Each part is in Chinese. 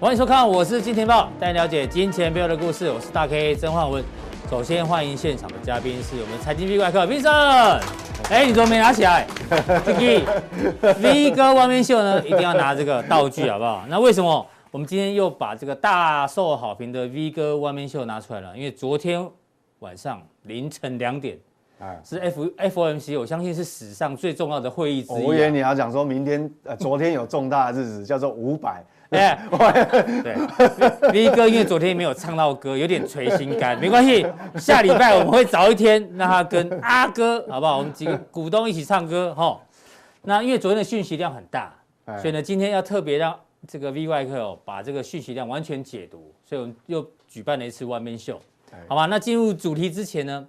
欢迎收看，我是金钱豹，带你了解金钱背后的故事。我是大 K 曾焕文。首先欢迎现场的嘉宾是我们财经 V 怪客 Vincent。哎，你怎么没拿起 来 v i v 哥外面秀呢，一定要拿这个道具好不 好？那为什么我们今天又把这个大受好评的 V 哥外面秀拿出来了？因为昨天晚上凌晨两点哎，是 F FOMC，我相信是史上最重要的会议之哦一、我以为啊。你要讲说明天，呃，昨天有重大的日 子，叫做五百。哎，对，V 哥因为昨天没有唱到歌，有点捶心肝，没关系，下礼拜我们会早一天让他跟阿哥，好不好？我们几个股东一起唱歌哈。那因为昨天的讯息量很大，哎所以呢，今天要特别让这个 V 外客哦把这个讯息量完全解读，所以我们又举办了一次 One Man Show，哎好吧？那进入主题之前呢，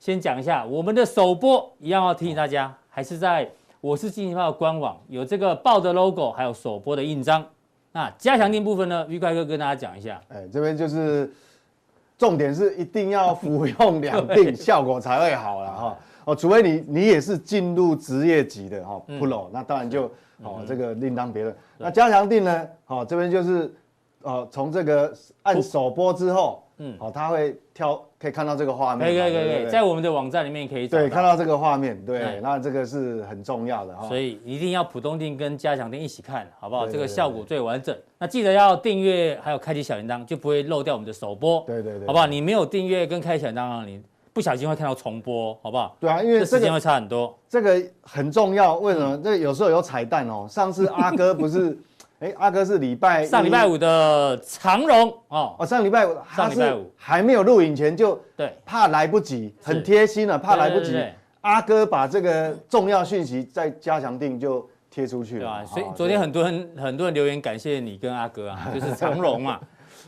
先讲一下我们的首播，一样要提醒大家，还是在我是金钱豹的官网有这个豹的 logo，还有首播的印章。那加强定部分呢，V 怪哥跟大家讲一下， 哎，这边就是重点是一定要服用两定，效果才会好 了哈。哦，除非你你也是进入职业级的哈嗯 pro，那当然就哦这个另当别论。那加强定呢？哦，这边就是哦从这个按首播之后，嗯，哦它会跳，可以看到这个画面嘛。可以可以嗯可对不对以，哎在我们的网站里面可以找对看到这个画面，哎对，那这个是很重要的哈。所以一定要浦东店跟加强店一起看，好不好？对这个对对效果最完整。那记得要订阅，还有开启小铃铛，就不会漏掉我们的首播，对对对好不好？你没有订阅跟开启小铃铛啊，你不小心会看到重播，好不好？对啊，因为这这时个间会差很多。这个很重要，为什么？这个有时候有彩蛋哦。上次阿哥不是， 哎，阿哥是礼拜一上礼拜五的长荣哦，哦，上礼拜五，上礼拜五他是还没有录影前就对，怕来不及，是很贴心啊，怕来不对对及对。阿哥把这个重要讯息再加强定就贴出去对了吧？哦所以昨天很多人很多人留言感谢你跟阿哥 啊，就是长荣嘛。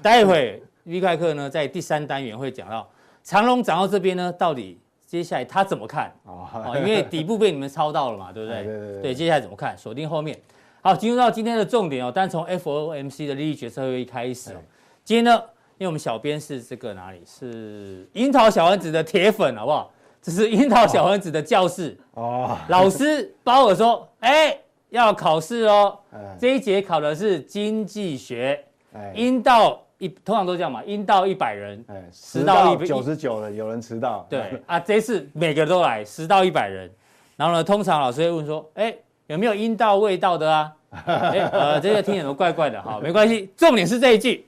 待会 V 快客呢，在第三单元会讲到长荣涨到这边呢，到底接下来他怎么看？哦哦，因为底部被你们抄到了嘛，对不对？哎对对对接下来怎么看？锁定后面。好，进入到今天的重点哦。但从 FOMC 的利率决策会议开始哦。哎今天呢，因为我们小编是这个哪里是樱桃小丸子的铁粉，好不好？这是樱桃小丸子的教室。哦，老师包我说，哎，要考试哦。哎这一节考的是经济学，哎阴到一通常都这样嘛，阴到一百人。哎，迟迟到到一九十九了，有人迟到。对啊，这次每个都来十到一百人，然后呢，通常老师会问说，哎，有没有阴道味道的啊？哎，呃，这个听起来都怪怪的，好，没关系，重点是这一句，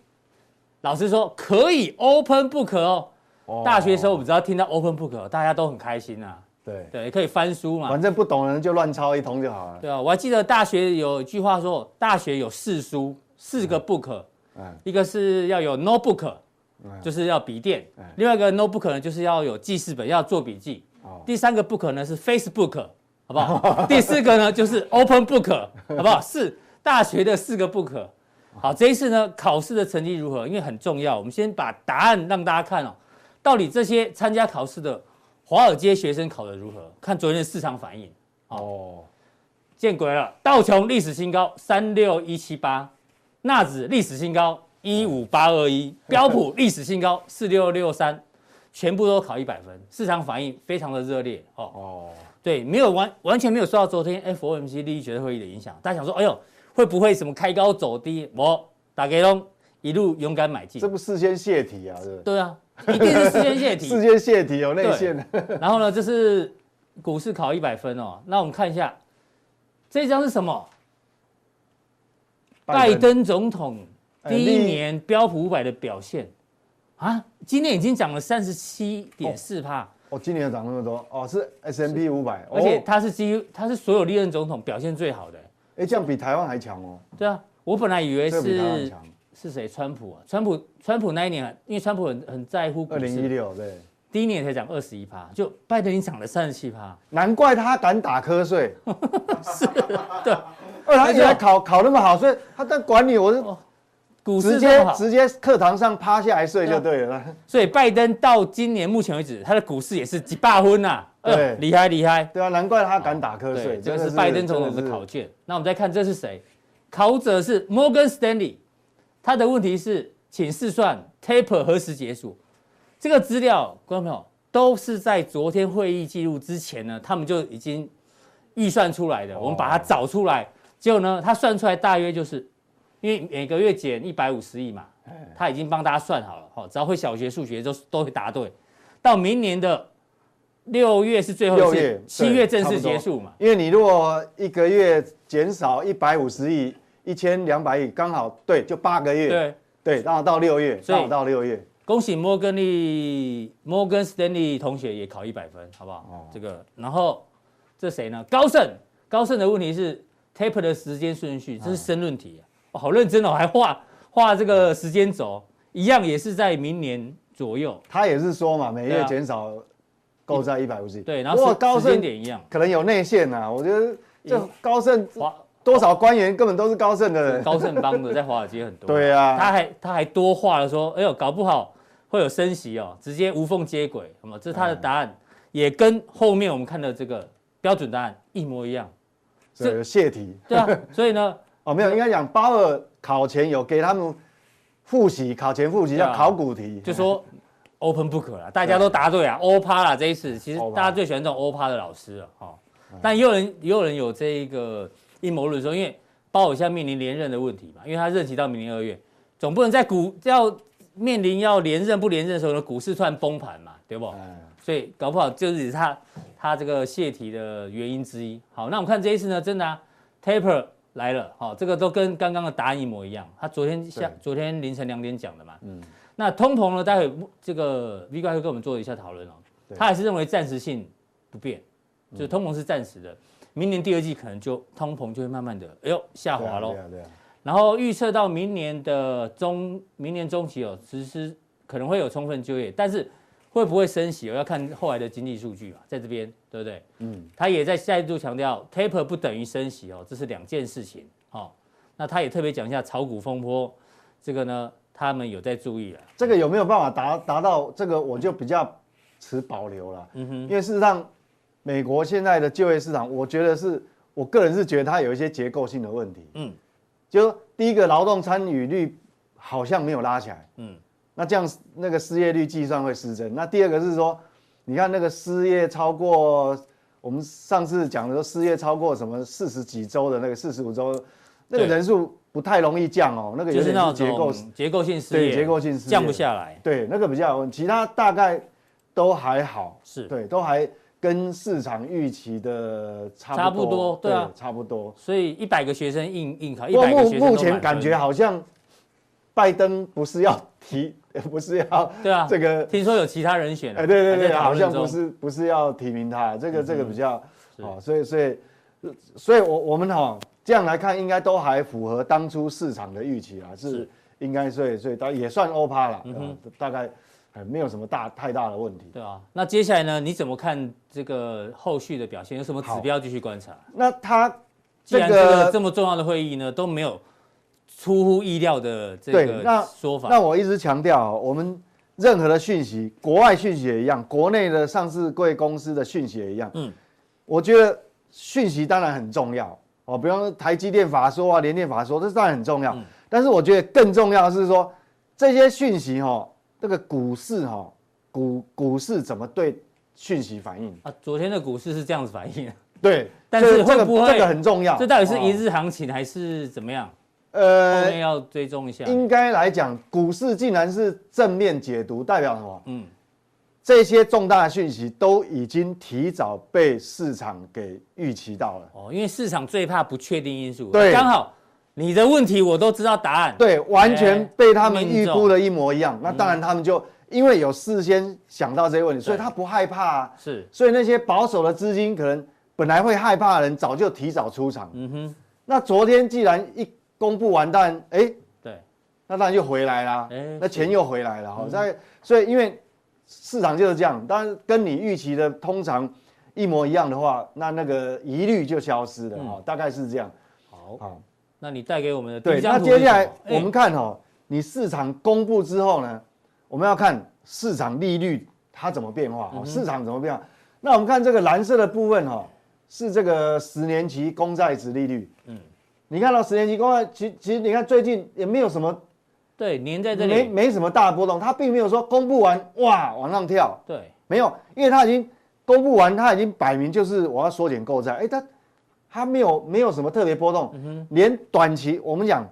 老师说可以 open book 哦。 哦，大学时候我们只要听到 open book，大家哦都很开心啊，对，对，可以翻书嘛反，正不懂的人就乱抄一通就好了。对啊，我还记得大学有一句话说，大学有四书，四个 book，嗯一个是要有 notebook，嗯就是要笔电嗯；另外一个 notebook 呢，就是要有记事本，要做笔记哦；第三个 book 呢是 Facebook，好不 好？第四个呢就是 Open Book，好不好？是大学的四个 book。好，哦这一次呢，考试的成绩如何？因为很重要，我们先把答案让大家看哦，到底这些参加考试的华尔街学生考得如何？看昨天的市场反应。哦，见鬼了！道琼历史新高三六一七八，纳指历史新高一五八二一，标普历史新高四六六三，全部都考一百分，市场反应非常的热烈哦。哦，对，没有完完全没有受到昨天 FOMC 利率决策会议的影响，大家想说，哎呦，会不会什么开高走低？我打给龙一路勇敢买进这，不事先泄题啊，是不对啊，一定是事先泄是？题 事。先泄题有内线 的。然后呢，这是股市考一百分哦。那我们看一下这一张是什么？拜登总统哎第一年标普五百的表现啊，今年已经涨了三十七点四帕，哦，今年涨那么多哦，是 S M P 五百，而且哦他是几乎他是所有历任总统表现最好的、哎，这样比台湾还强哦，对啊，我本来以为这个比台湾还是强。是谁川普啊，川普川普那一年，因为川普很很在乎股二零一市，六，对，第一年才涨二十一趴，就拜登已经涨了三十七趴，难怪他敢打瞌 睡。对， 二他没错以来考考那么好，所以他在管理我是哦股市直这么接好，直接课堂上趴下来睡就对了。所以拜登到今年目前为止，他的股市也是几霸昏呐、啊，呃对厉害厉害。对啊，难怪他敢打瞌对，睡。这真个的是拜登总统的真考是卷。那我们再看这是谁？考者是 Morgan Stanley，他的问题是，请试算 taper 何时结束？这个资料，观众朋友都是在昨天会议记录之前呢，他们就已经哦预算出来的，我们把它找出来。结果呢，他算出来大约就是因为每个月减一百五十亿嘛，哎他已经帮大家算好了，好，只要会小学数学都都会答对。到明年的六月是最后六一月次，七月正对式差不多结束嘛，因为你如果一个月减少一百五十亿、一千两百亿，刚好对，就八个月，对。对，然后到六月，所以刚好到六月，恭喜摩根利摩根斯丹利同学也考一百分，好不好？哦这个，然后这谁呢？高盛，高盛的问题是 taper 的时间顺嗯序，这是申论题、啊哦好认真哦，还画画这个时间轴，一样也是在明年左右，他也是说嘛，每对月啊减少购债一百五十亿，对，然不后过时高时间盛点一样，可能有内线呐、啊，我觉得这高盛华多少官员根本都是高盛的人，高盛帮的在华尔街很多，对啊他还他还多画了说，哎呦，搞不好会有升息哦，直接无缝接轨，好吗？这是他的答嗯案，也跟后面我们看的这个标准答案一模一样，所以有泄题对 啊，所以呢，哦，嗯没有，应该讲鲍尔考前有给他们复习，考前复习对叫啊考古题，就说 open book 啦，大家都答对啊，OPA 啦这一次，其实 OPA 大家最喜欢这种 OPA 的老师了哈、哦，但也有人也有人有这一个阴谋论说，因为鲍尔现在面临连任的问题嘛，因为他任期到明年二月，总不能在股要面临要连任不连任的时候呢，股市突然崩盘嘛，对不？哎所以搞不好就是他他这个泄题的原因之一。好，那我们看这一次呢，真的、啊、Taper 来了，好、这个都跟刚刚的答案一模一样。他昨天下对昨天凌晨两点讲的嘛，嗯，那通膨呢，待会这个 V 怪会跟我们做一下讨论哦，对嗯他还是认为暂时性不变，就是通膨是暂时的，明年第二季可能就通膨就会慢慢的，哎呦下对啊滑喽对。啊对啊，然后预测到明年的中明年中期哦，实施可能会有充分就业，但是会不会升息哦，要看后来的经济数据嘛，在这边对不对？嗯，他也在再度强调，taper 不等于升息哦，这是两件事情哦。那他也特别讲一下炒股风波，这个呢，他们有在注意了。这个有没有办法达达到这个，我就比较持保留了，嗯哼，因为事实上，美国现在的就业市场，我觉得是我个人是觉得它有一些结构性的问题。嗯嗯，就第一个劳动参与率好像没有拉起来。嗯嗯，那这样那个失业率计算会失真。那第二个是说，你看那个失业超过我们上次讲的说失业超过什么四十几周的那个四十五周，那对个人数不太容易降哦，那个就有是点那是种结构结构性失对业，结构性失业降不下来。对，那个比较有问题，其他大概都还好，是对，都还跟市场预期的差差不不多多，对啊差不多。所以一百个学生应应考，一不过百个目学生都目前满分感觉好像拜登不是要提， 呃不是要对啊，这个，听说有其他人选了，啊哎，对对还对，在讨好论像不中嗯是不是要提名他，这个这个比较是哦，所以所以所以我我们哈这样来看，应该都还符合当初市场的预期啊，是是应该所以所以大也算欧趴了，嗯对哼吧大概呃没有什么大太大的问题。对啊，那接下来呢？你怎么看这个后续的表现？有什么指标继续观察？那他既然这这个个这么重要的会议呢都没有出乎意料的这对个那说法，那我一直强调哦，我们任何的讯息，国外讯息也一样，国内的上市贵公司的讯息也一样。嗯嗯，我觉得讯息当然很重要哦，比方说台积电法说啊，联电法说，这当然很重要。嗯但是我觉得更重要的是说，这些讯息哈、哦，这个股市哈、哦，股股市怎么对讯息反应？啊，昨天的股市是这样子 反应的，对，但是这个这会个不会这个很重要？这到底是一哦哦日行情还是怎么样？后呃面要追踪一下。应该来讲，股市竟然是正面解读，代表什么？嗯嗯，这些重大的讯息都已经提早被市场给预期到了。哦，因为市场最怕不确定因素，对刚好你的问题我都知道答案，对，完全哎被他们命预中估的一模一样。那当然，他们就因为有事先想到这些问题，所以对他不害怕、啊。是，所以那些保守的资金，可能本来会害怕的人，早就提早出场。嗯哼，那昨天既然一公布完，当然，哎、对，那当然就回来啦，哎嗯那钱又回来了哈。在、所以因为市场就是这样，当然跟你预期的通常一模一样的话，那那个疑虑就消失了哈、哦大概是这样。嗯好，好，那你带给我们的第对，一张那图是接什么下来我哎们看哦，你市场公布之后呢，我们要看市场利率它怎么变化，嗯哦市场怎么变化。那我们看这个蓝色的部分哈、哦，是这个十年期公债值利率。嗯，你看到十年期公债，其其实你看最近也没有什么对粘在这没里，没什么大波动，它并没有说公布完哇往上跳，对，没有，因为它已经公布完，它已经摆明就是我要缩减购债，嗯哎、它它没有没有什么特别波动，连短期我们讲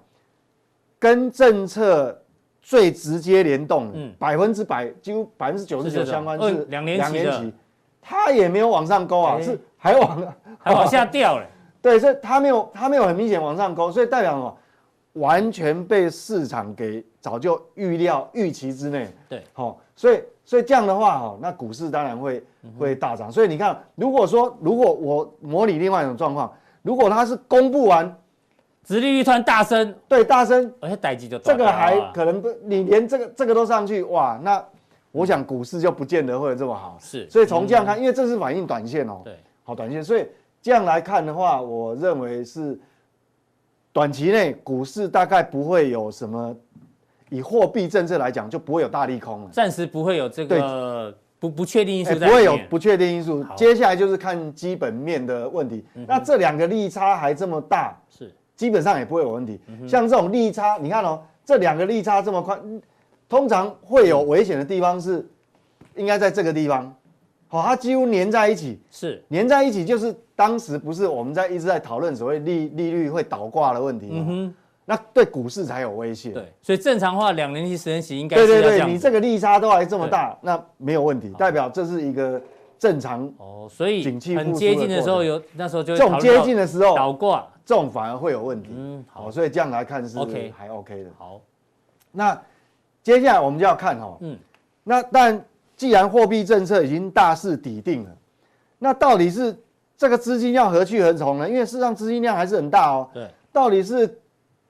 跟政策最直接联动的嗯，百分之百几乎百分之九是十是九是相关二是两年期的期，它也没有往上勾啊，哎是还往还往下掉 嘞，对，这它没有它没有很明显往上勾，所以代表什么？完全被市场给早就预料预期之内。对，好、所以所以这样的话，哈、那股市当然会嗯会大涨。所以你看，如果说如果我模拟另外一种状况，如果它是公布完殖利率突然大升，对大升，而且逮鸡就大这个还了啊可能不，你连这个这个都上去，哇，那我想股市就不见得会有这么好。是所以从这样嗯看，因为这是反映短线哦。对，好短线，所以这样来看的话，我认为是短期内股市大概不会有什么，以货币政策来讲就不会有大利空了，暂时不会有这个不不确定因素哎在不里面，会有不确定因素好。嗯接下来就是看基本面的问题。那这两个利差还这么大，是基本上也不会有问题。嗯像这种利差，你看哦，这两个利差这么宽，嗯通常会有危险的地方是应该在这个地方，好、它几乎粘在一起。是，连在一起就是当时不是我们在一直在讨论所谓利利率会倒挂的问题吗？嗯哼，那对股市才有威胁。对，所以正常化两年期、十年期应该对是要对这对，样你子这个利差都还这么大，那没有问题，代表这是一个正常。哦，所以景气很复苏接的近的过时候程有那时候就这会种讨论接到近的时候，倒挂，这种反而会有问题。嗯，好好，所以这样来看是 OK 还 OK 的。好，那接下来我们就要看哦，嗯那但既然货币政策已经大势底定了，那到底是这个资金要何去何从呢？因为事实上资金量还是很大哦。对，到底是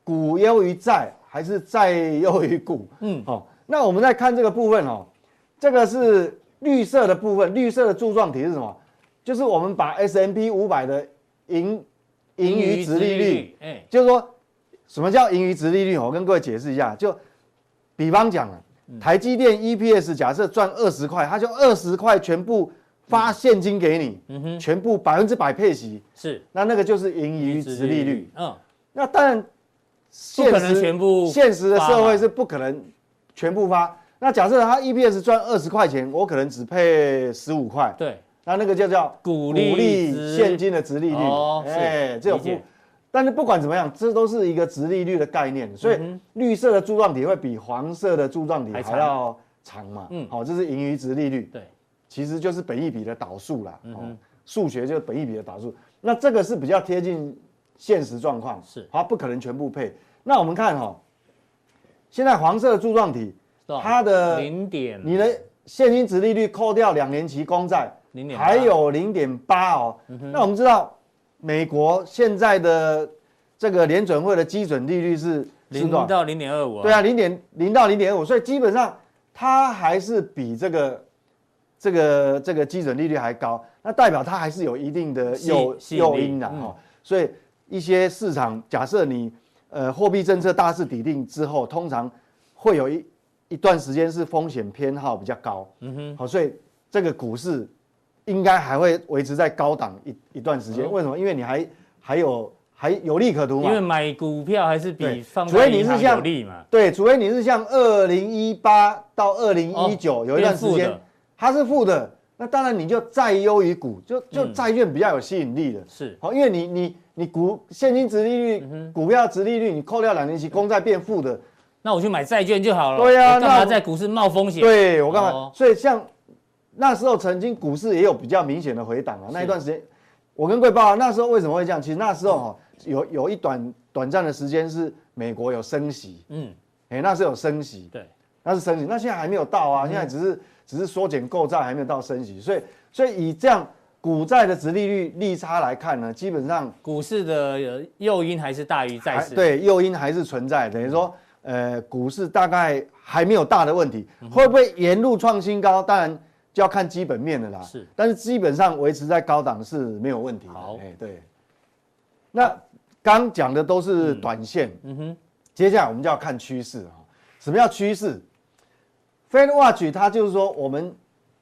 股优于债，还是债优于股？嗯，哦，那我们再看这个部分哦，这个是绿色的部分，绿色的柱状体是什么？就是我们把 S M P 五百的盈盈余值利率，，哎，就是说什么叫盈余值利率？哦我跟各位解释一下，就比方讲啊，台积电 EPS 假设赚二十块，它就二十块全部发现金给你，嗯哼，全部百分之百配息，是那那个就是盈余值利率。，嗯，那当然，不可能全部现实的社发嘛会是不可能全部发。那假设他 EPS 赚二十块钱，我可能只配十五块，对，那那个就叫股利值现金的值利率。哎哦是这有理解负。但是不管怎么样，这都是一个值利率的概念，所以绿色的柱状体会比黄色的柱状体嗯还还长要长嘛。嗯好、这是盈余值利率。对，其实就是本益比的导数啦。哦，数学就是本益比的导数。那这个是比较贴近现实状况，是它不可能全部配。那我们看哈、现在黄色的柱状体，它的零点，你的现金值利率扣掉两年期公债0.8，还有零点八哦。那我们知道，美国现在的这个联准会的基准利率是是零多少？到零点二五，对，啊，零点零到零点五，所以基本上它还是比这个这个这个基准利率还高，那代表它还是有一定的吸诱吸引诱力因的哈、嗯哦所以一些市场，假设你呃货币政策大势底定之后，通常会有一一段时间是风险偏好比较高，嗯哼，好、所以这个股市应该还会维持在高档一一段时间。哦为什么？因为你还还有还有利可图嘛因为。买股票还是比对放除在非你银是行像有利嘛，对，除非你是像二零一八到二零一九哦有一段时变间负的，它是负的，那当然你就债优于股，就就嗯债券比较有吸引力的。是嗯好，因为你你你股现金值利率、股票值利率，你扣掉两年期公债变负的，那我去买债券就好了。对啊我干那嘛我在股市冒风险？，对我干嘛哦？所以像那时候曾经股市也有比较明显的回档啊，那一段时间，我跟贵爸那时候为什么会这样？其实那时候哈、有有一短短暂的时间是美国有升息，嗯，哎、那是有升息，对，那是升息，那现在还没有到啊，现在只是只是缩减购债，还没有到升息，所以所以以这样股债的值利率利差来看呢，基本上股市的呃诱因还是大于债还市。，对诱因还是存在，等于说呃股市大概还没有大的问题，嗯会不会沿路创新高？当然就要看基本面的啦，是，但是基本上维持在高档是没有问题的。好哎对，那刚讲的都是短线，嗯哼，接下来我们就要看趋势啊。什么叫趋势？Fed Watch 它就是说，我们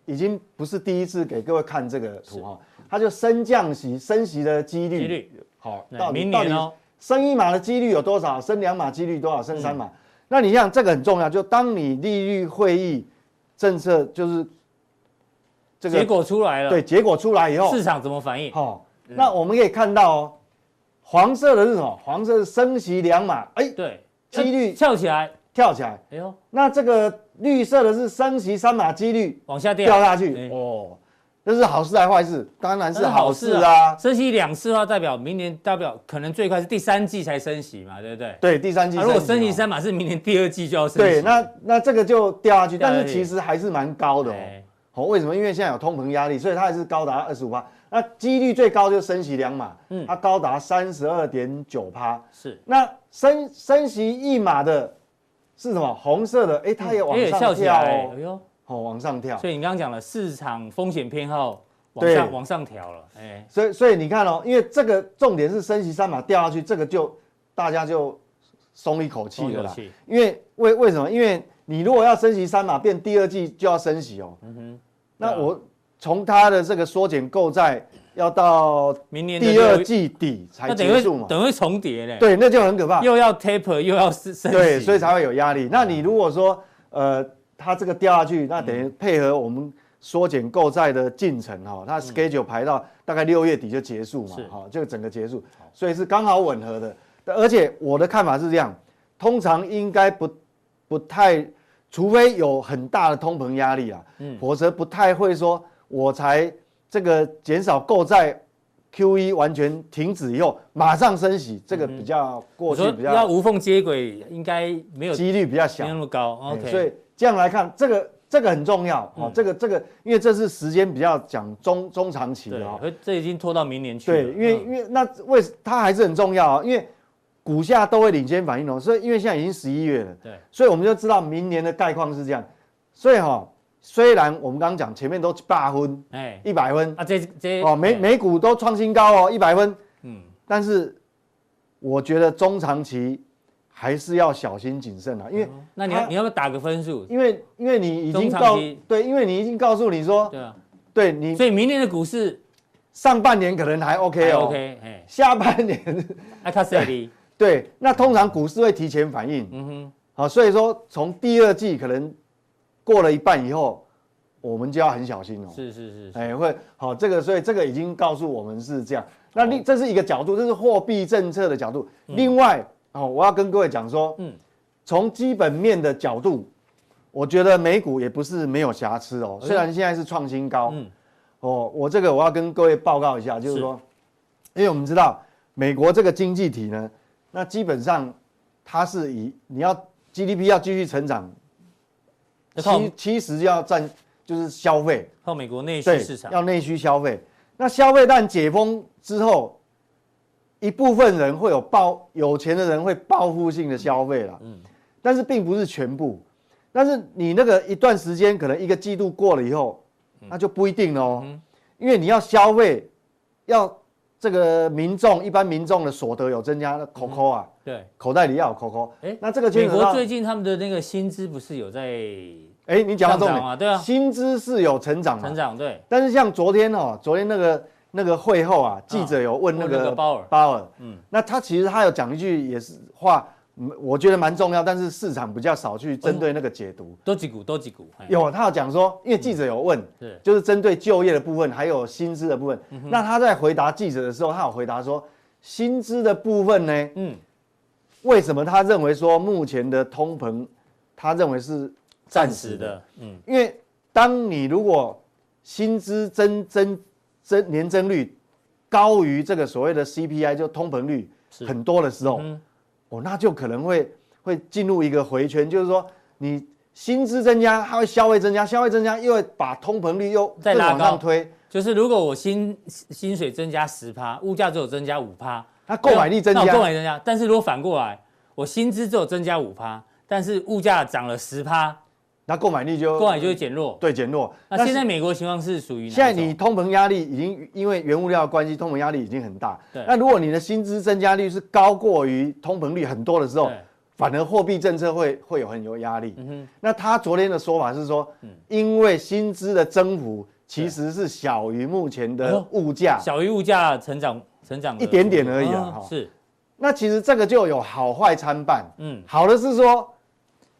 已经不是第一次给各位看这个图哈，它就升降息升息的几率，几率好，那到底明到年底哦，升一码的几率有多少？升两码几率多少？升三码？嗯那你像这个很重要，就当你利率会议政策就是这个结果啊嗯出来了，对结果出来以后，市场怎么反应？好、那我们可以看到哦，黄色的是什么？黄色是升息两码，哎、对，几率跳起来，跳起来。哎呦，那这个绿色的是升息三码几率往下掉，掉下哎去哦，这是好事还是坏事？当然是那好事啊。升息两次的话，代表明年代表可能最快是第三季才升息嘛，对不对？对，第三季啊、如果升息级三码是明年第二季就要升息，对，那那这个就掉下去，掉下但去是其实还是蛮高的哦。哎哦，为什么？因为现在有通膨压力，所以它还是高达二十五趴。那几率最高就升息两码，嗯它高达三十二点九趴。是那升升息一码的是什么？红色的，哎、它也往嗯也上跳起跳来，哦哎，呦，哦，往上跳。所以你刚刚讲了市场风险偏好往对上往上调了，哎，所以所以你看哦，因为这个重点是升息三码掉下去，这个就大家就松一口气了啦松一口气。因为为为什么？因为你如果要升息三码，变第二季就要升息哦。那对啊我从它的这个缩减购债要到明年的第六二月季底才那等于结束会嘛，等于会重叠嘞，，对，那就很可怕。又要 taper 又要升升息，对，所以才会有压力。那嗯你如果说呃，它这个掉下去，那等于配合我们缩减购债的进程哈、哦，它 schedule 排到大概六月底就结束嘛嗯是，哈、就整个结束，所以是刚好吻合的。但而且我的看法是这样，通常应该不不太，除非有很大的通膨压力啊，嗯否则不太会说我才这个减少购债。Q E 完全停止以后，马上升息，这个比较过我去嗯说比较要无缝接轨应该没有几率比较小没有那，么高哎，OK，嗯所以这样来看，这个这个很重要哦，这个这个，因为这是时间比较讲中中长期的对，哦，会这已经拖到明年去了，对，因为嗯因为那为它还是很重要啊，因为股价都会领先反应哦，所以因为现在已经十一月了，对，所以我们就知道明年的概况是这样，所以哈、虽然我们刚刚讲前面都八分哎，一百分啊这这哦，每哎每股都创新高哦，一百分，嗯但是我觉得中长期还是要小心谨慎啊，因为。那你要它你要不要打个分数？因为因为你已中经长告期对，因为你已经告诉你说，对啊，对你所以明年的股市上半年可能还 OK 还哦 OK，哎，下半年 阿卡塞利，对，那通常股市会提前反应，嗯哼，好，所以说从第二季可能过了一半以后，我们就要很小心哦，是是是是，哎，会好这个，所以这个已经告诉我们是这样。那哦另这是一个角度，这是货币政策的角度。另外哦，我要跟各位讲说，嗯嗯，从基本面的角度，我觉得美股也不是没有瑕疵哦，哎虽然现在是创新高，嗯哦，我这个我要跟各位报告一下，就是说，因为我们知道美国这个经济体呢，那基本上它是以你要 GDP 要继续成长，要靠七七十要占就是消费，靠美国内需对，市场，要内需消费。那消费但解封之后，一部分人会有报有钱的人会报复性的消费啦，嗯，但是并不是全部。但是你那个一段时间，可能一个季度过了以后，嗯那就不一定了哦，因为你要消费，要这个民众一般民众的所得有增加，那口口啊，对，口袋里要有口口。哎那这个牵嗯美扯国到，最近他们的那个薪资不是有在哎，你讲到重上涨啊点，对啊薪资是有成长嘛，成长？对，但是像昨天哦，昨天那个那个会后啊，记者有问那问那个个鲍尔鲍尔，嗯嗯，那他其实他有讲一句也是话，嗯我觉得蛮重要，但是市场比较少去针对那个解读。多几股多几股，哎有他有讲说，因为记者有问，是就是针嗯对嗯就业的部分，还有薪资的部分。那他在回答记者的时候，他有回答说，薪资的部分呢，嗯为什么他认为说目前的通膨，他认为是暂时的，嗯因为当你如果薪资增增增年增率高于这个所谓的 CPI 就通膨率是很多的时候，嗯哦，那就可能会会进入一个回圈，就是说你薪资增加，它会消费增加，消费增加又会把通膨率又再再拉往上高推，就是如果我薪薪水增加十趴，物价只有增加五趴，那购买力增那我啊购加，买力增加，但是如果反过来，我薪资只有增加五趴，但是物价涨了十趴，那购买力就购买力就会减弱。呃对减弱。那现在美国情况是属于哪一现在种你通膨压力已经因为原物料的关系，通膨压力已经很大对。那如果你的薪资增加率是高过于通膨率很多的时候对，反而货币政策会会有很有压力。嗯哼嗯那他昨天的说法是说，因为薪资的增幅其实是小于目前哎的呦物价。小于物价成长成长的一点点而已啊嗯哈是，那其实这个就有好坏参半。嗯，好的是说，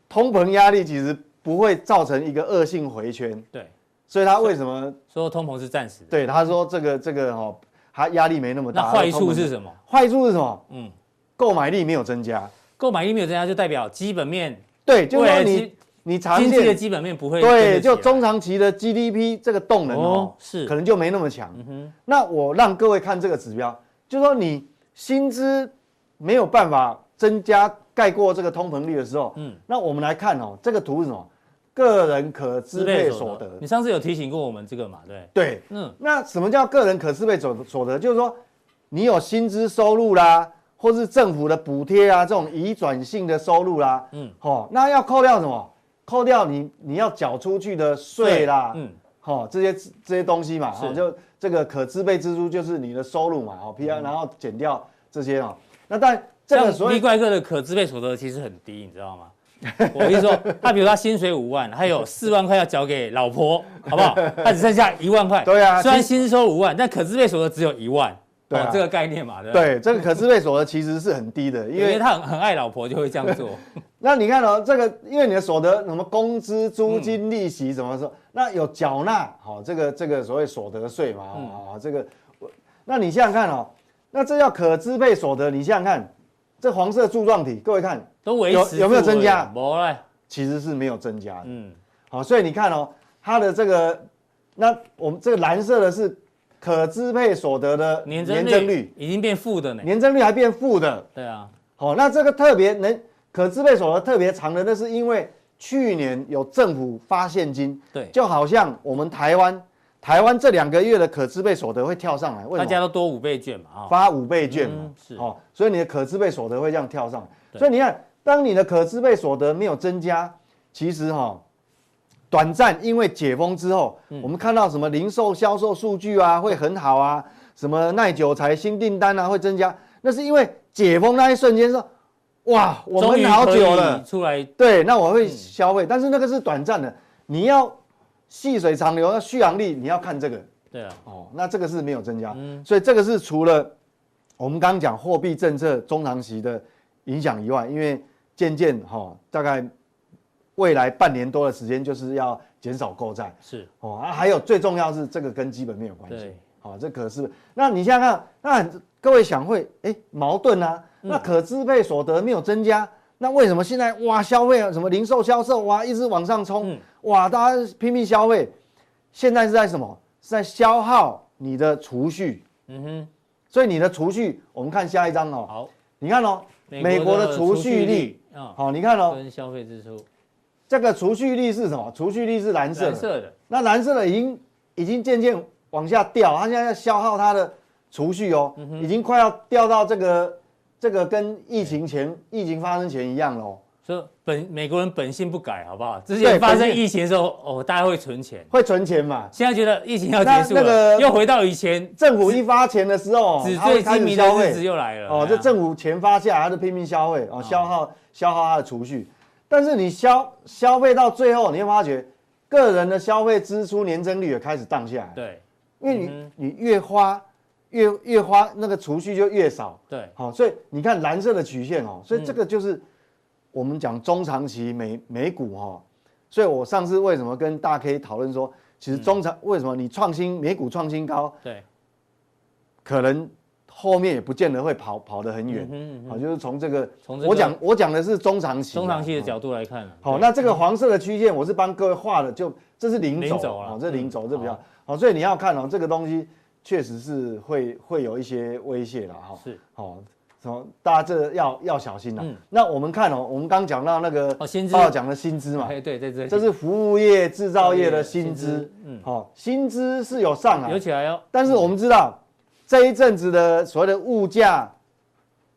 通膨压力其实不会造成一个恶性回圈，对，所以他为什么说通膨是暂时的。对他说这个这个哦，他压力没那么那大。坏通处膨是什么？坏处是什么？嗯购买力没有增加，购买力没有增加，就代表基本面对，就是未说来你基你长经济的线基本面不会跟得对，起就来中长期的 GDP 这个动能哦哦，是嗯可能就没那么强。那我让各位看这个指标，就是说你薪资没有办法增加盖过这个通膨率的时候，嗯嗯，那我们来看哦，这个图是什么？个人可支配所得。你上次有提醒过我们这个嘛？对，对，嗯，那什么叫个人可支配所所得？就是说，你有薪资收入啦，或是政府的补贴啊，这种移转性的收入啦，嗯嗯，哦，那要扣掉什么？扣掉你你要缴出去的税啦，嗯，嗯，哦，这些这些东西嘛，是哦，就这个可支配支出就是你的收入嘛，哦，P R，、然后减掉这些哦，那但这个像所李谓怪哥的可支配所得其实很低，你知道吗？ 我意思说，他比如他薪水五万，他有四万块要缴给老婆，好 不好？他只剩下一万块。对啊虽然薪收五万，但可支配所得只有一万。对啊哦这个概念嘛，对不对？对这个可支配所得其实是很低的，因因为为他很很爱老婆，就会这样做。那你看哦，这个因为你的所得，什么工资、租金、利息，怎么说？嗯那有缴纳好、这个这个所谓所得税嘛，啊、嗯哦这个，我那你想想看哦，那这叫可支配所得，你想想看，这黄色柱状体，各位看，都维有持有没有增加没嘞，其实是没有增加的，嗯，好、所以你看哦，它的这个，那我们这个蓝色的是可支配所得的年增增率已经变负的呢。年增率还变负的，对啊，好、那这个特别能可支配所得特别长的，那是因为去年有政府发现金，对，就好像我们台湾，台湾这两个月的可支配所得会跳上来，为大什家么？都多五倍券嘛，啊，发五倍券嘛，嗯是哦，所以你的可支配所得会这样跳上来。所以你看，当你的可支配所得没有增加，其实哈、短暂因为解封之后，嗯我们看到什么零售销售数据啊会很好啊，什么耐久材新订单啊会增加，那是因为解封那一瞬间说，哇，我终于们好久可以嗯了，出来对，那我会消费，但是那个是短暂的。你要细水长流，要续航力，你要看这个对啊，哦。那这个是没有增加，所以这个是除了我们刚刚讲货币政策中长期的影响以外，因为渐渐哈、哦，大概未来半年多的时间就是要减少购债是，哦啊，还有最重要是这个跟基本面有关系对。好、这可是那你想想看，那很各位想会哎矛盾啊，那可支配所得没有增加，那为什么现在哇消费啊什么零售销售哇一直往上冲，哇大家拼命消费，现在是在什么？是在消耗你的储蓄，嗯哼，所以你的储蓄，我们看下一张哦，好，你看哦，美国的储蓄率，啊，好、你看哦，跟消费支出，这个储蓄率是什么？储蓄率是蓝色蓝的，色的，那蓝色的已经已经渐渐往下掉，它现在要消耗它的储蓄哦，嗯已经快要掉到这个这个跟疫情前疫情发生前一样哦喽，所以本美国人本性不改，好不好？之对前发本生性疫情的时候，哦，大家会存钱，会存钱嘛？现在觉得疫情要那结束那了，个又回到以前政府一发钱的时候，纸它会醉开金始迷的消日子费又来了。啊哦，哎这呀政府钱发下，它就拼命消费哦，消耗消耗它的储蓄。但是你消消费到最后，你会发觉个人的消费支出年增率也开始荡下来，对因嗯为你你越花越越花那个储蓄就越少。对，好、所以你看蓝色的曲线哦，嗯所以这个就是我们讲中长期美美股哈、哦，所以我上次为什么跟大 K 讨论说，其实嗯中长、为什么你创新美股创新高，对，可能后面也不见得会跑跑得很远，嗯好、就是从这个，从这个我讲我讲的是中长期啊，中长期的角度来看啊，好、对那这个黄色的曲线我是帮各位画的，就这是零轴零轴啊哦，这零轴嗯这比较好、所以你要看哦，这个东西确实是会会有一些威胁了哈、是好、哦，什么大家这要要小心了、嗯那我们看哦，我们刚讲到那个哦薪资报讲的薪资嘛，哎对，在这里这是服务业、制造业的薪薪资资，嗯好、薪资是有上来有，起来哦，但是我们知道这一阵子的所谓的物价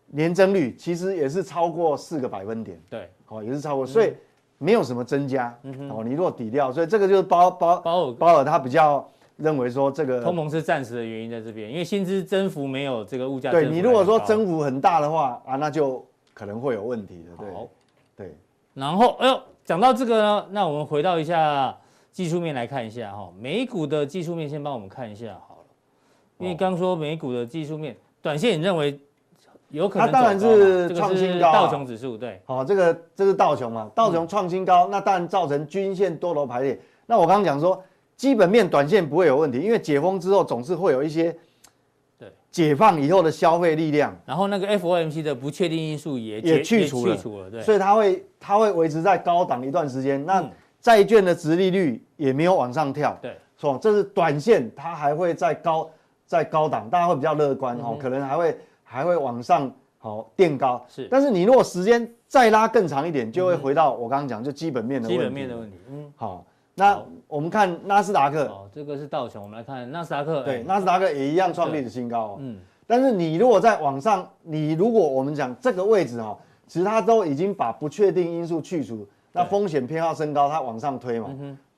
年增率其实也是超过四个百分点。对，哦，也是超嗯过，所以没有什么增加。哦，你如果抵掉，所以这个就是包包包尔包尔他比较认为说这个通，膨是暂时的原因在这边，因为薪资增幅没有这个物价对增幅你如果来说得高增幅很大的话啊，那就可能会有问题的。好对对，然后，哎呦，讲到这个呢，那我们回到一下技术面来看一下哈、美股的技术面先帮我们看一下好了，因为刚说美股的技术面，短线你认为有可能它当然走高嘛是这个创是新高啊道琼指数对，好、这个这是道琼嘛，嗯道琼创新高，那当然造成均线多头排列。那我刚刚讲说，基本面短线不会有问题，因为解封之后总是会有一些对解放以后的消费力量，然后那个 FOMC 的不确定因素也也解去除了去除了，对，所以它会它会维持在高档一段时间。那嗯债券的值利率也没有往上跳，对，是吧？这是短线，它还会在高在高档，大家会比较乐嗯观哦，可能还会还会往上好垫高。是嗯但是你如果时间再拉更长一点，就会回到我刚刚讲就基本面的基问题。本面的问题。嗯，好，那我们看纳斯达克，好，这个是道琼，我们来看纳斯达克。对，哎，纳斯达克也一样创历史新高哦。嗯，但是你如果在往上，你如果我们讲这个位置哈、哦，其实它都已经把不确定因素去除，那风险偏好升高，它往上推嘛。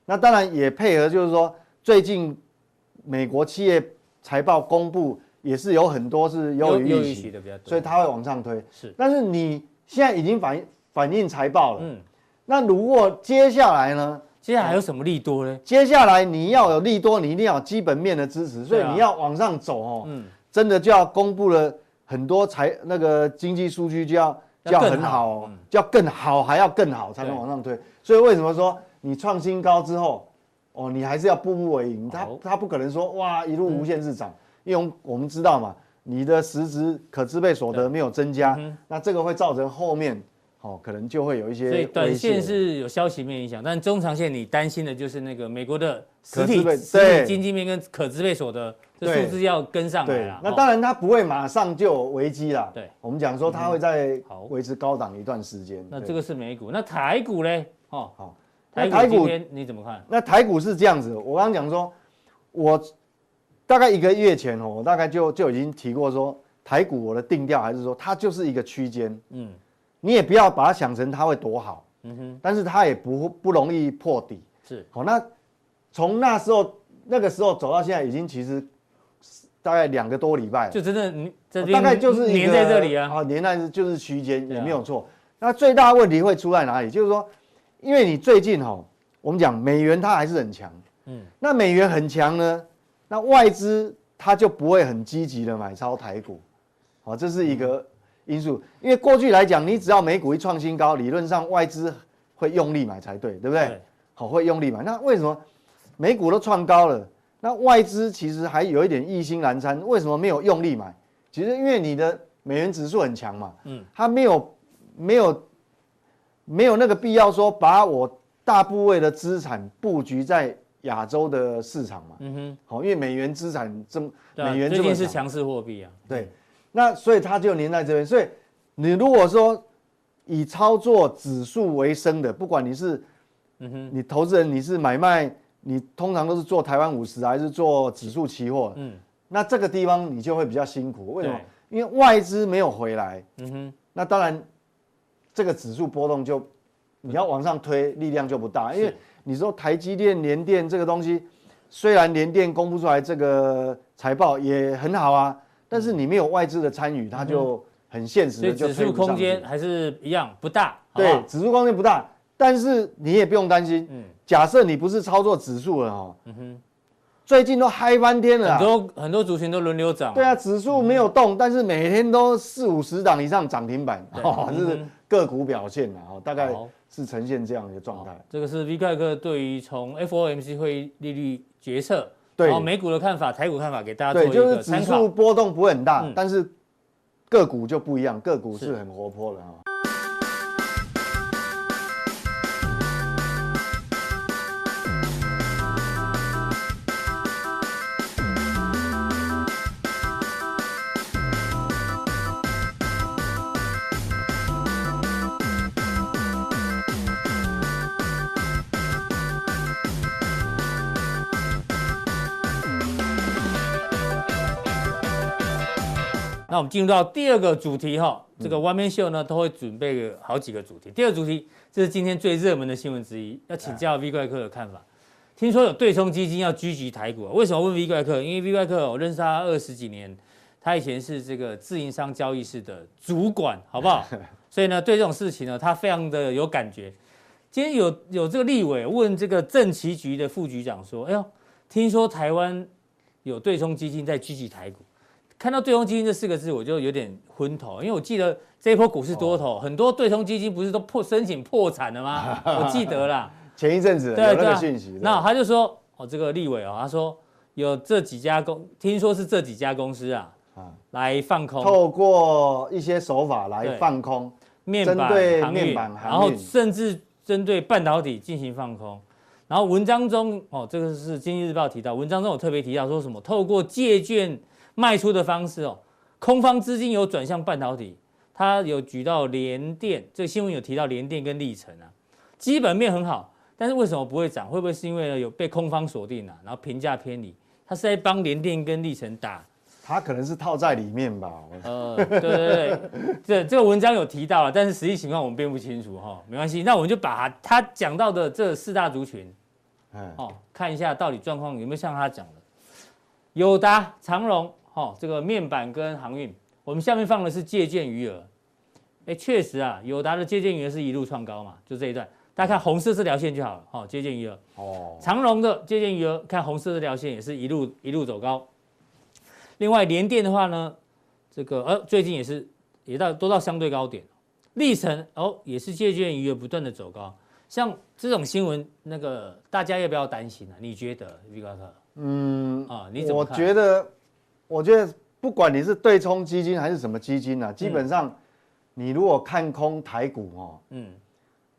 那当然也配合，就是说最近美国企业财报公布也是有很多是优于优预于期，的比较多，所以它会往上推。是，但是你现在已经反映反映财报了，嗯，那如果接下来呢？接下来还有什么利多呢？接下来你要有利多，你一定要有基本面的支持，所对以啊你要往上走哦。嗯，真的就要公布了很多财那个经济数据就要要就要更很好好哦嗯，就要更好，还要更好才能对往上推。所以为什么说你创新高之后，哦，你还是要步步为营，它好嗯它不可能说哇一路无限次涨，因为我们知道嘛，你的实质可支配所得没有增加，嗯那这个会造成后面哦可能就会有一些所以短威胁线是有消息面影响，但中长线你担心的就是那个美国的实可体支配实体对经济面跟可支配所得这对数字要跟上来对了。，那哦当然它不会马上就有危机啦。对，嗯我们讲说它会在好维持高档一段时间。那对这个是美股，那台股嘞？哦，好，台那台股今股天你怎么看？那台股是这样子，我刚刚讲说，我大概一个月前哦，我大概就就已经提过说，台股我的定调还是说它就是一个区间，嗯你也不要把它想成它会多好，嗯哼，但是它也不不容易破底。是好，那从那时候那个时候走到现在，已经其实大概两个多礼拜了。就真的你这哦边大概就是一粘个在这里啊。啊，粘在这就是区间对啊也没有错。那最大的问题会出在哪里？就是说，因为你最近哈，我们讲美元它还是很强，嗯嗯，那美元很强呢，那外资它就不会很积极的买超台股，好，这是一个嗯因素。因为过去来讲，你只要美股一创新高，理论上外资会用力买才对，对不对对？好，会用力买。那为什么美股都创高了，那外资其实还有一点意兴阑珊？为什么没有用力买？其实因为你的美元指数很强嘛，嗯嗯，它没有没有没有那个必要说把我大部位的资产布局在亚洲的市场嘛，嗯哼，好，因为美元资产这么对啊美元最这近么是强。强势货币啊。对，那所以它就粘在这边。所以你如果说以操作指数为生的，不管你是，嗯哼，你投资人你是买卖，你通常都是做台湾五十还是做指数期货，嗯嗯，那这个地方你就会比较辛苦。为什么对？因为外资没有回来，嗯哼，那当然这个指数波动就你要往上推，力量就不大，因为你说台积电、联电这个东西，虽然联电公布出来这个财报也很好啊，但是你没有外资的参与，它就很现实嗯所的以就指推数不上空去间还是一样不大，好不对好？指数空间不大，但是你也不用担心。嗯假设你不是操作指数了哦，最近都嗨翻天了啊、很多很多族群都轮流涨。对，啊，指数没有动，但是每天都四五十档以上涨停板，哦，这是个股表现啊，哦，大概嗯好是呈现这样的一个状态。这个是 V 怪客对于从 FOMC 会议利率决策，对然后美股的看法、台股看法给大家做对，一就是个指参数考。波动不会很大，嗯但是个股就不一样，个股是是很活泼的啊。那我们进入到第二个主题哈，这个 One Man Show 呢都会准备个好几个主题。第二个主题，这是今天最热门的新闻之一，要请教 V 怪客的看法。听说有对冲基金要狙击台股、啊，为什么问 V 怪客？因为 V 怪客我认识他二十几年，他以前是这个自营商交易室的主管，好不好？所以呢，对这种事情呢，他非常的有感觉。今天有有这个立委问这个政企局的副局长说：“哎呦，听说台湾有对冲基金在狙击台股。”看到对冲基金这四个字，我就有点昏头，因为我记得这一波股市多哦头，很多对冲基金不是都破申请破产了 吗？我记得啦。前一阵子有对那对啊个讯息，那他就说，哦，这个立委哦，他说有这几家公，听说是这几家公司啊，来放空透过一些手法来对放空，面板针对航面运，板然航后运甚至针对半导体进行放空。然后文章中哦，这个是《经济日报》提到，文章中有特别提到说什么透过借券卖出的方式哦，空方资金有转向半导体，它有举到联电，这个新闻有提到联电跟历程啊，基本面很好，但是为什么不会涨？会不会是因为呢有被空方锁定啊，然后评价偏离？它是在帮联电跟历程打它可能是套在里面吧。我呃，对对对，这这个文章有提到了，但是实际情况我们并不清楚哈、没关系，那我们就把他他讲到的这四大族群嗯，哦，看一下到底状况有没有像他讲的。友达、长荣，哦，这个面板跟航运，我们下面放的是借券余额。哎，确实啊，友达的借券余额是一路创高嘛，就这一段，大家看红色这条线就好了，哦，借券余额。哦，长荣的接近余额，看红色这条线也是一路一路走高。另外联电的话呢，这个呃最近也是也到都到相对高点，历程哦也是借券余额不断的走高。像这种新闻，那个大家要不要担心啊？你觉得，比高特？嗯啊，你怎么我看？觉得，我觉得不管你是对冲基金还是什么基金嗯啊，基本上你如果看空台股哦，嗯，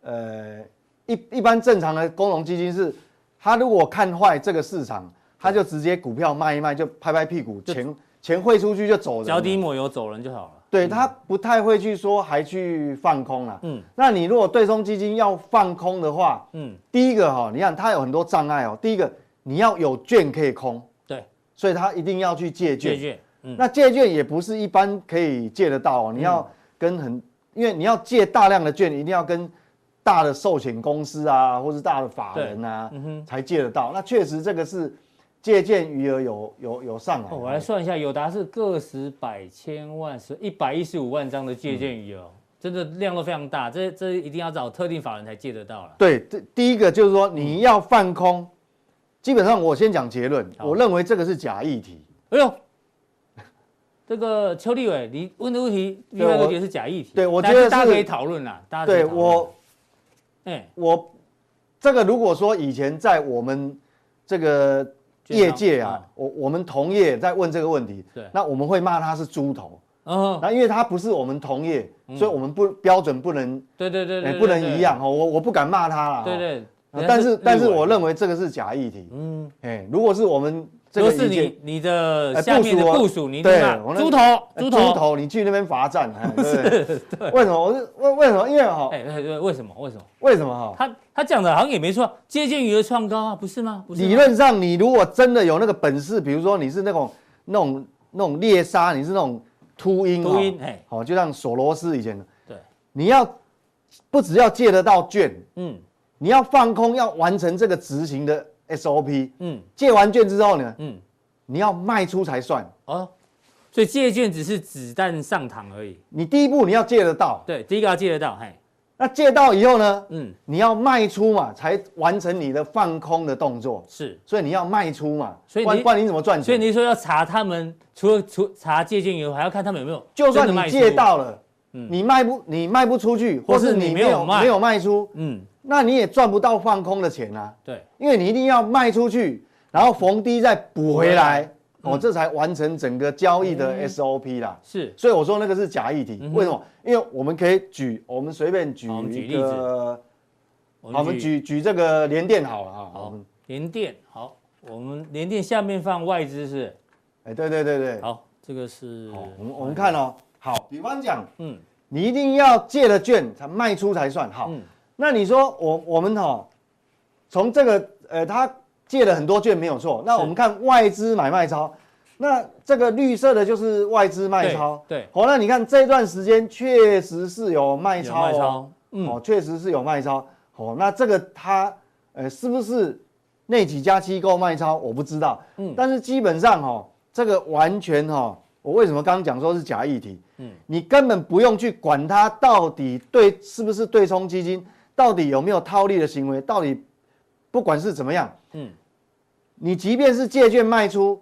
呃，一一般正常的工农基金是，他如果看坏这个市场，他就直接股票卖一卖，就拍拍屁股，就钱钱汇出去就走人了。脚底抹油走人就好了。对他不太会去说还去放空啦。嗯那你如果对冲基金要放空的话，嗯，第一个哈、你看它有很多障碍哦。第一个，你要有券可以空，对，所以它一定要去借券。借券，嗯，那借券也不是一般可以借得到哦，你要跟很，因为你要借大量的券，一定要跟大的寿险公司啊，或是大的法人啊，嗯才借得到。那确实这个是借券余额有有有上来。哦我来算一下，友达是个十百千万十一百一十五万张的借券余额哦，真的量都非常大，这这一定要找特定法人才借得到了。对，这第一个就是说嗯你要放空，基本上我先讲结论，好我认为这个是假议题。哎呦，这个邱立伟，你问的问题另外一个我也是假议题，对我但觉得是大家是可以讨论啦，大家可以对讨论我，哎，我这个如果说以前在我们这个业界啊，我我们同业在问这个问题，对那我们会骂他是猪头，嗯，那因为他不是我们同业，所以我们不标准不能对对嗯对哎对，不能对一，样哦，我我不敢骂他啦。对哦对，啊人家但是但是立委我认为这个是假议题，嗯，哎，如果是我们这如个果是意见你你的哎下面的部署我部署，你一定对骂我那猪头哎猪猪头，头，你去那边罚站，哎对不 对？为什么？我是为为什么？因为哈，哎，对对，为什么为什么？为什么哈？他他讲的好像也没错，接近余额创高啊，不是吗？不是吗理论上，你如果真的有那个本事，比如说你是那种那种那种猎杀，你是那种秃鹰，哦读音，，哎，好，就像索罗斯以前的，对，你要不只要借得到券，嗯你要放空，要完成这个执行的 SOP。嗯借完券之后呢，嗯，你要卖出才算。哦，所以借券只是子弹上膛而已。你第一步你要借得到，对，第一个要借得到，嘿，那借到以后呢，嗯，你要卖出嘛，才完成你的放空的动作。是。所以你要卖出嘛，所以不然你不然你怎么赚钱？所以你说要查他们，除了除查借券以外，还要看他们有没有就真算的卖你出嗯借，到了，你卖不你卖不出去，或是是你你没没有有卖没有卖出，嗯，那你也赚不到放空的钱啊，对，因为你一定要卖出去，然后逢低再补回来，哦，这才完成整个交易嗯的 SOP 啦。是所以我说那个是假议题，为什么？因为我们可以举，我们随便举嗯好我们举一例子个，我好，我们举举这个联电好了啊。我好们联电，好，我们联电下面放外资是，哎，对对对对，好，这个是，好，我们我们看哦，好，比方讲，嗯你一定要借了券才卖出才算好。嗯那你说我我们哈、哦从这个呃，他借了很多券没有错。那是我们看外资买卖超，那这个绿色的就是外资卖超。对对好、那你看这段时间确实是有卖有超卖哦，超，嗯，哦，确实是有卖超。哦，那这个它呃是不是那几家机构卖超，我不知道。嗯但是基本上哦，这个完全哦，我为什么刚刚讲说是假议题？嗯嗯，你根本不用去管它到底对是不是对冲基金，到底有没有套利的行为，到底不管是怎么样，嗯嗯，你即便是借券卖出，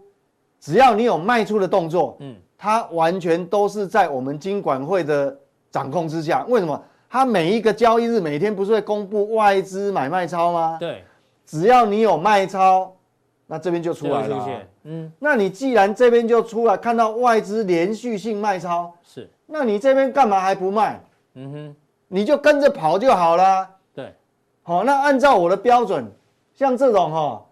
只要你有卖出的动作，嗯嗯，它完全都是在我们金管会的掌控之下。为什么？它每一个交易日每天不是会公布外资买卖超吗？对，只要你有卖超，那这边就出就来会了出啊、现，嗯，那你既然这边就出来，看到外资连续性卖超，是，那你这边干嘛还不卖？嗯哼，你就跟着跑就好啊啦。对，好、那按照我的标准，像这种哈、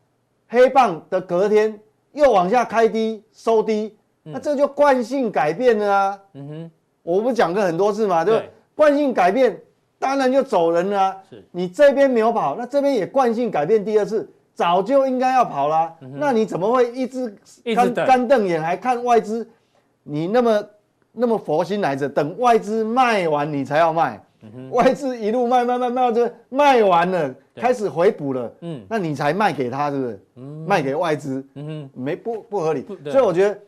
黑棒的隔天又往下开低收低，那这就惯性改变了啊。嗯哼，我不讲过很多次嘛，对不对对惯性改变，当然就走人啦、是你这边没有跑，那这边也惯性改变第二次，早就应该要跑啦。那你怎么会一直嗯一直干等干瞪眼还看外资？你那么那么佛心来着，等外资卖完你才要卖。嗯外资一路卖卖卖卖到这卖完了，开始回补了，嗯那你才卖给他，是不是？卖给外资，嗯哼，没不不合理不。对所以我觉得，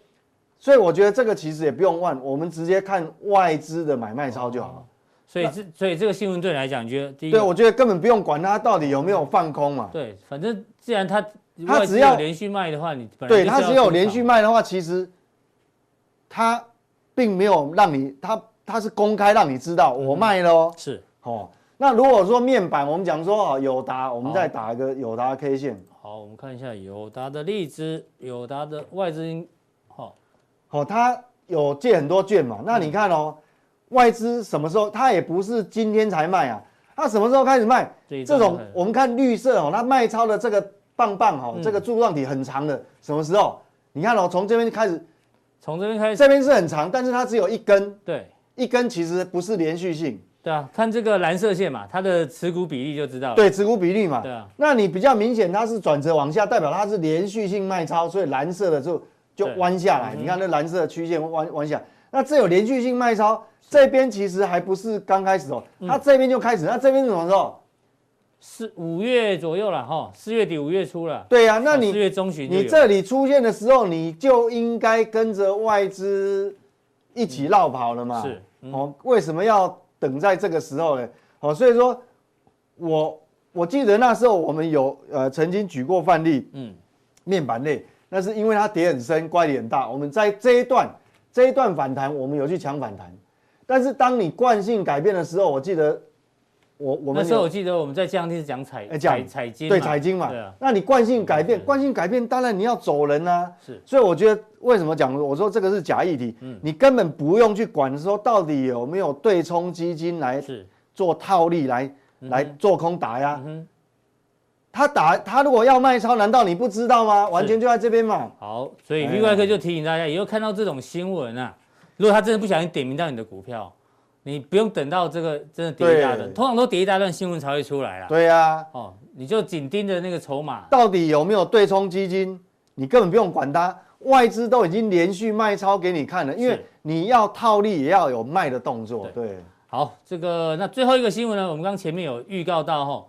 所以我觉得这个其实也不用问，我们直接看外资的买卖超就好哦了。所以这所以这个新闻对你来讲，你觉得第一对，个，我觉得根本不用管它到底有没有放空嘛。对，反正既然他他外只资要有连续卖的话，你本来对，就是它要只有出连场续，卖的话，其实它并没有让你，它它是公开让你知道嗯我卖了哦。是哦，那如果说面板，我们讲说哦友达，我们好再打一个友达 K 线。好，我们看一下友达的例子，友达的外资应，好，哦，他有借很多券嘛，嗯那你看哦，外资什么时候他也不是今天才卖啊，他什么时候开始卖？这一这种张我们看绿色哦，它卖超的这个棒棒哦，嗯这个柱状体很长的，什么时候？你看哦，从这边开始，从这边开始，这边是很长，但是它只有一根，对一根其实不是连续性，对啊，看这个蓝色线嘛，它的持股比例就知道了，对持股比率嘛对。啊，那你比较明显，它是转折往下，代表它是连续性卖超，所以蓝色的就就对嗯弯下来。你看那蓝色的曲线弯弯下，那这有连续性卖超，这边其实还不是刚开始哦，嗯它这边就开始，那这边是什么时候？四五月左右了哈，四月底五月初了，对呀、啊那哦你四月中旬就你有这里出现的时候，你就应该跟着外资一起绕跑了嘛。嗯是哦，为什么要等在这个时候呢？哦，所以说，我我记得那时候我们有呃曾经举过范例，嗯面板类，那是因为它跌很深，乖离很大。我们在这一段这一段反弹，我们有去抢反弹，但是当你惯性改变的时候，我记得我我那们时候我有记得我们在降低是讲彩哎讲彩彩金嘛，对财经嘛对啊，，那你惯性改变，对惯性改变，当然你要走人啊。是所以我觉得为什么讲我说这个是假议题，你根本不用去管说到底有没有对冲基金来是，做套利来、来做空打压。嗯他打他如果要卖超，难道你不知道吗？完全就在这边嘛。哼，好，所以另外一个就提醒大家，以后看到这种新闻啊，如果他真的不小心点名到你的股票，你不用等到这个真的跌一大段，对通常都跌一大段新闻才会出来啦。对呀、啊，哦，你就紧盯着那个筹码，到底有没有对冲基金，你根本不用管它。外资都已经连续卖超给你看了，因为是你要套利也要有卖的动作。对，好，这个那最后一个新闻呢，我们刚前面有预告到哈，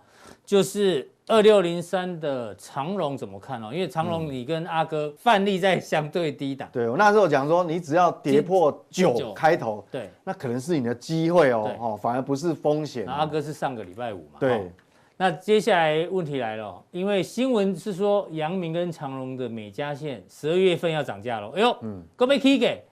就是二六零三的长荣怎么看哦？因为长嗯荣你跟阿哥范例在相对低档，对我那时候讲说，你只要跌破九九开头，对，那可能是你的机会哦对，哦，反而不是风险啊那。阿哥是上个礼拜五嘛，对哦，那接下来问题来了哦，因为新闻是说阳明跟长荣的美加线十二月份要涨价了，哎呦，嗯，各位 K 给，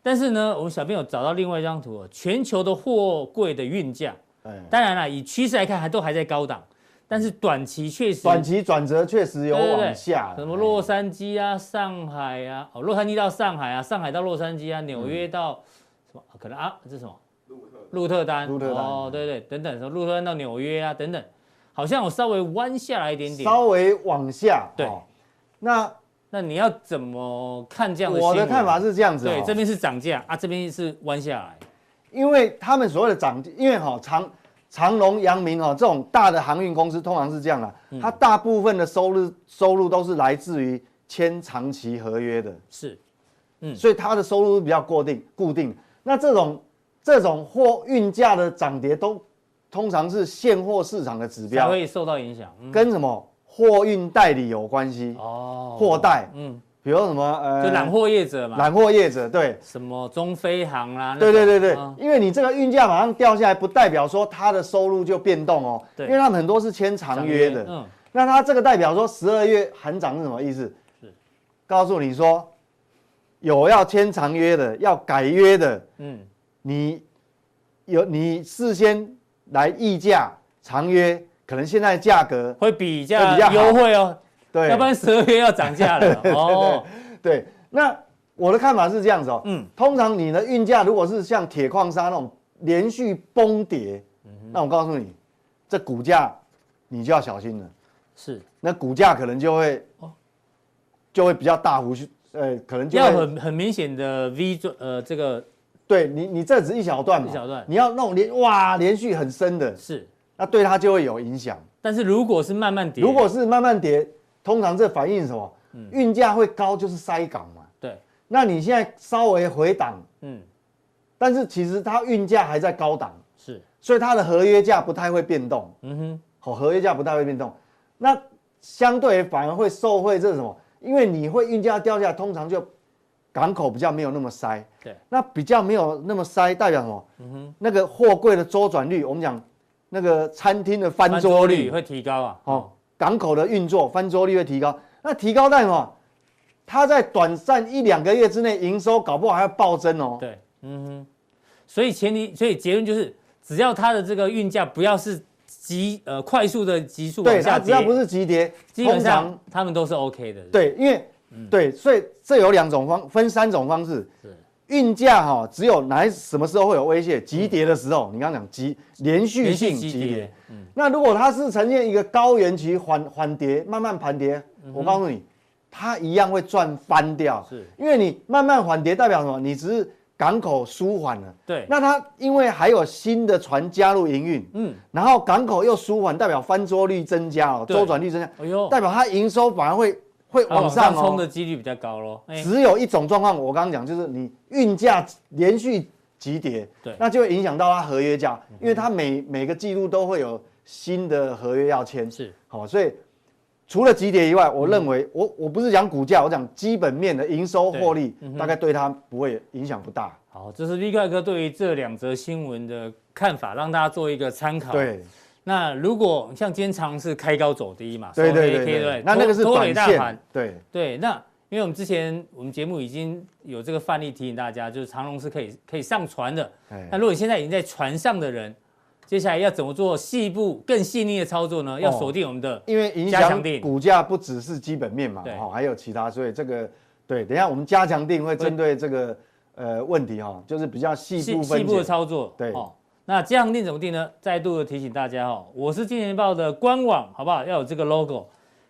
但是呢，我们小编有找到另外一张图哦，全球的货柜的运价，哎，当然了，以趋势来看还都还在高档，但是短期确实短期转折确实有对对对往下，什么洛杉矶啊、上海啊，哦，洛杉矶到上海啊，上海到洛杉矶啊，嗯纽约到什么？可能啊，这是什么？鹿特丹，鹿特丹哦，对对，等等，什么鹿特丹到纽约啊，等等，好像我稍微弯下来一点点。哎稍微往下。对哦那那你要怎么看这样的新我闻？的看法是这样子，对，哦这边是涨价啊，这边是弯下来，因为他们所谓的涨，因为哈、长长隆、阳明哈、这种大的航运公司通常是这样啦，嗯它大部分的收入收入都是来自于签长期合约的，是嗯所以它的收入比较固定固定。那这种这种货运价的涨跌都通常是现货市场的指才标，会受到影响。嗯，跟什么货运代理有关系，哦货代嗯，比如什么呃就揽货业者嘛，揽货业者对。什么中飞航啦、那对对种对对啊，因为你这个运价马上掉下来，不代表说它的收入就变动哦，对因为他们很多是签长约的。嗯，那它这个代表说十二月含涨是什么意思？告诉你说有要签长约的，要改约的，嗯，你有你事先来议价长约，可能现在价格会比会比较较好优惠哦，对要不然十二月要涨 价了。哦，对，那我的看法是这样子哦，嗯嗯，通常你的运价如果是像铁矿砂那种连续崩跌，嗯那我告诉你，这股价你就要小心了，是那股价可能就会哦就会比较大幅去，呃，可能就要会很很明显的 V 转，呃，这个对你你这只一小段嘛，一小段你要那种连哇连续很深的，是。那对它就会有影响。但是如果是慢慢跌，如果是慢慢跌，通常这反映什么？运价会高就是塞港嘛。对，那你现在稍微回档，嗯，但是其实它运价还在高档，是，所以它的合约价不太会变动。嗯哼，好，合约价不太会变动，那相对反而会受惠这是什么？因为你会运价掉下来，通常就港口比较没有那么塞。对，那比较没有那么塞，代表什么？那个货柜的周转率，我们讲那个餐厅的翻桌率，会提高啊。哦，港口的运作翻桌率会提高。那提高代表什么？它在短暂一两个月之内营收搞不好还要暴增哦。对，嗯哼，所以前提，所以结论就是，只要它的这个运价不要是急呃快速的急速往对，下它跌，只要不是急跌，基本通常上嗯他们都是 OK 的。，对，因为、对，所以这有两种方，分三种方式。运价哈，只有哪一什么时候会有威胁？急跌的时候，你刚刚讲急连续连续性急急跌跌。，那如果它是呈现一个高原期缓缓跌，慢慢盘跌，我告诉你，它一样会赚翻掉。嗯是，因为你慢慢缓跌代表什么？你只是港口舒缓了。对，那它因为还有新的船加入营运，嗯，然后港口又舒缓，代表翻桌率增加哦，对周转率增加，哎呦，啊代表它营收反而会会它往往上上冲哦的。几率比较高咯。哎，只有一种状况，我刚刚讲就是你运价连续急跌，对嗯那就会影响到它合约价，因为它每每个季度都会有新的合约要签，是嗯好，所以除了急跌以外，我认为、我我不是讲股价，我讲基本面的营收获利，嗯大概对它不会影响不大。好，这是 V 怪哥对于这两则新闻的看法，让大家做一个参考。。对那如果像今天尝试开高走低嘛，对收黑对 K 对对，那那个是拖拖累短大盘线，，对对，那因为我们之前我们节目已经有这个范例提醒大家，就是长龙是可以可以上船的。哎那如果你现在已经在船上的人，接下来要怎么做细部更细腻的操作呢？要哦锁定我们的、因为影加强响定股价不只是基本面嘛对，哦，还有其他，所以这个对，等一下我们加强定会针对这个呃问题哈、哦，就是比较细细部细分部的解。操作。对哦，那这样定怎么定呢？再度的提醒大家哦，我是金钱豹的官网，好不好？要有这个 logo。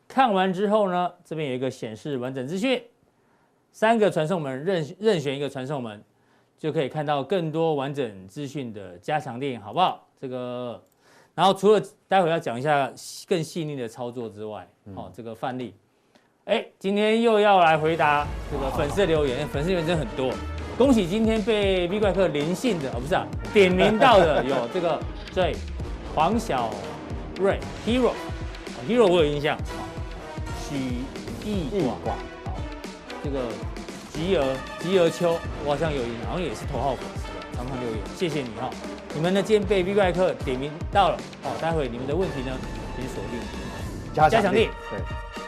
看完之后呢，这边有一个显示完整资讯，三个传送门任任选一个传送门，就可以看到更多完整资讯的加强定，好不好？这个，然后除了待会要讲一下细更细腻的操作之外，哦，这个范例。哎，今天又要来回答这个粉丝的留言，哎粉丝留言真的很多。恭喜今天被 V 怪客连线的，哦不是啊，点名到的有这个对黄小瑞 Hero 哦 Hero 我有印象，哦许义一广寡这个吉儿吉儿秋，我好像有印象，好像也是头号粉丝了，常常留言，谢谢你哈、你们呢今天被 V 怪客点名到了，哦，待会你们的问题呢，请锁定加加强强力力，对，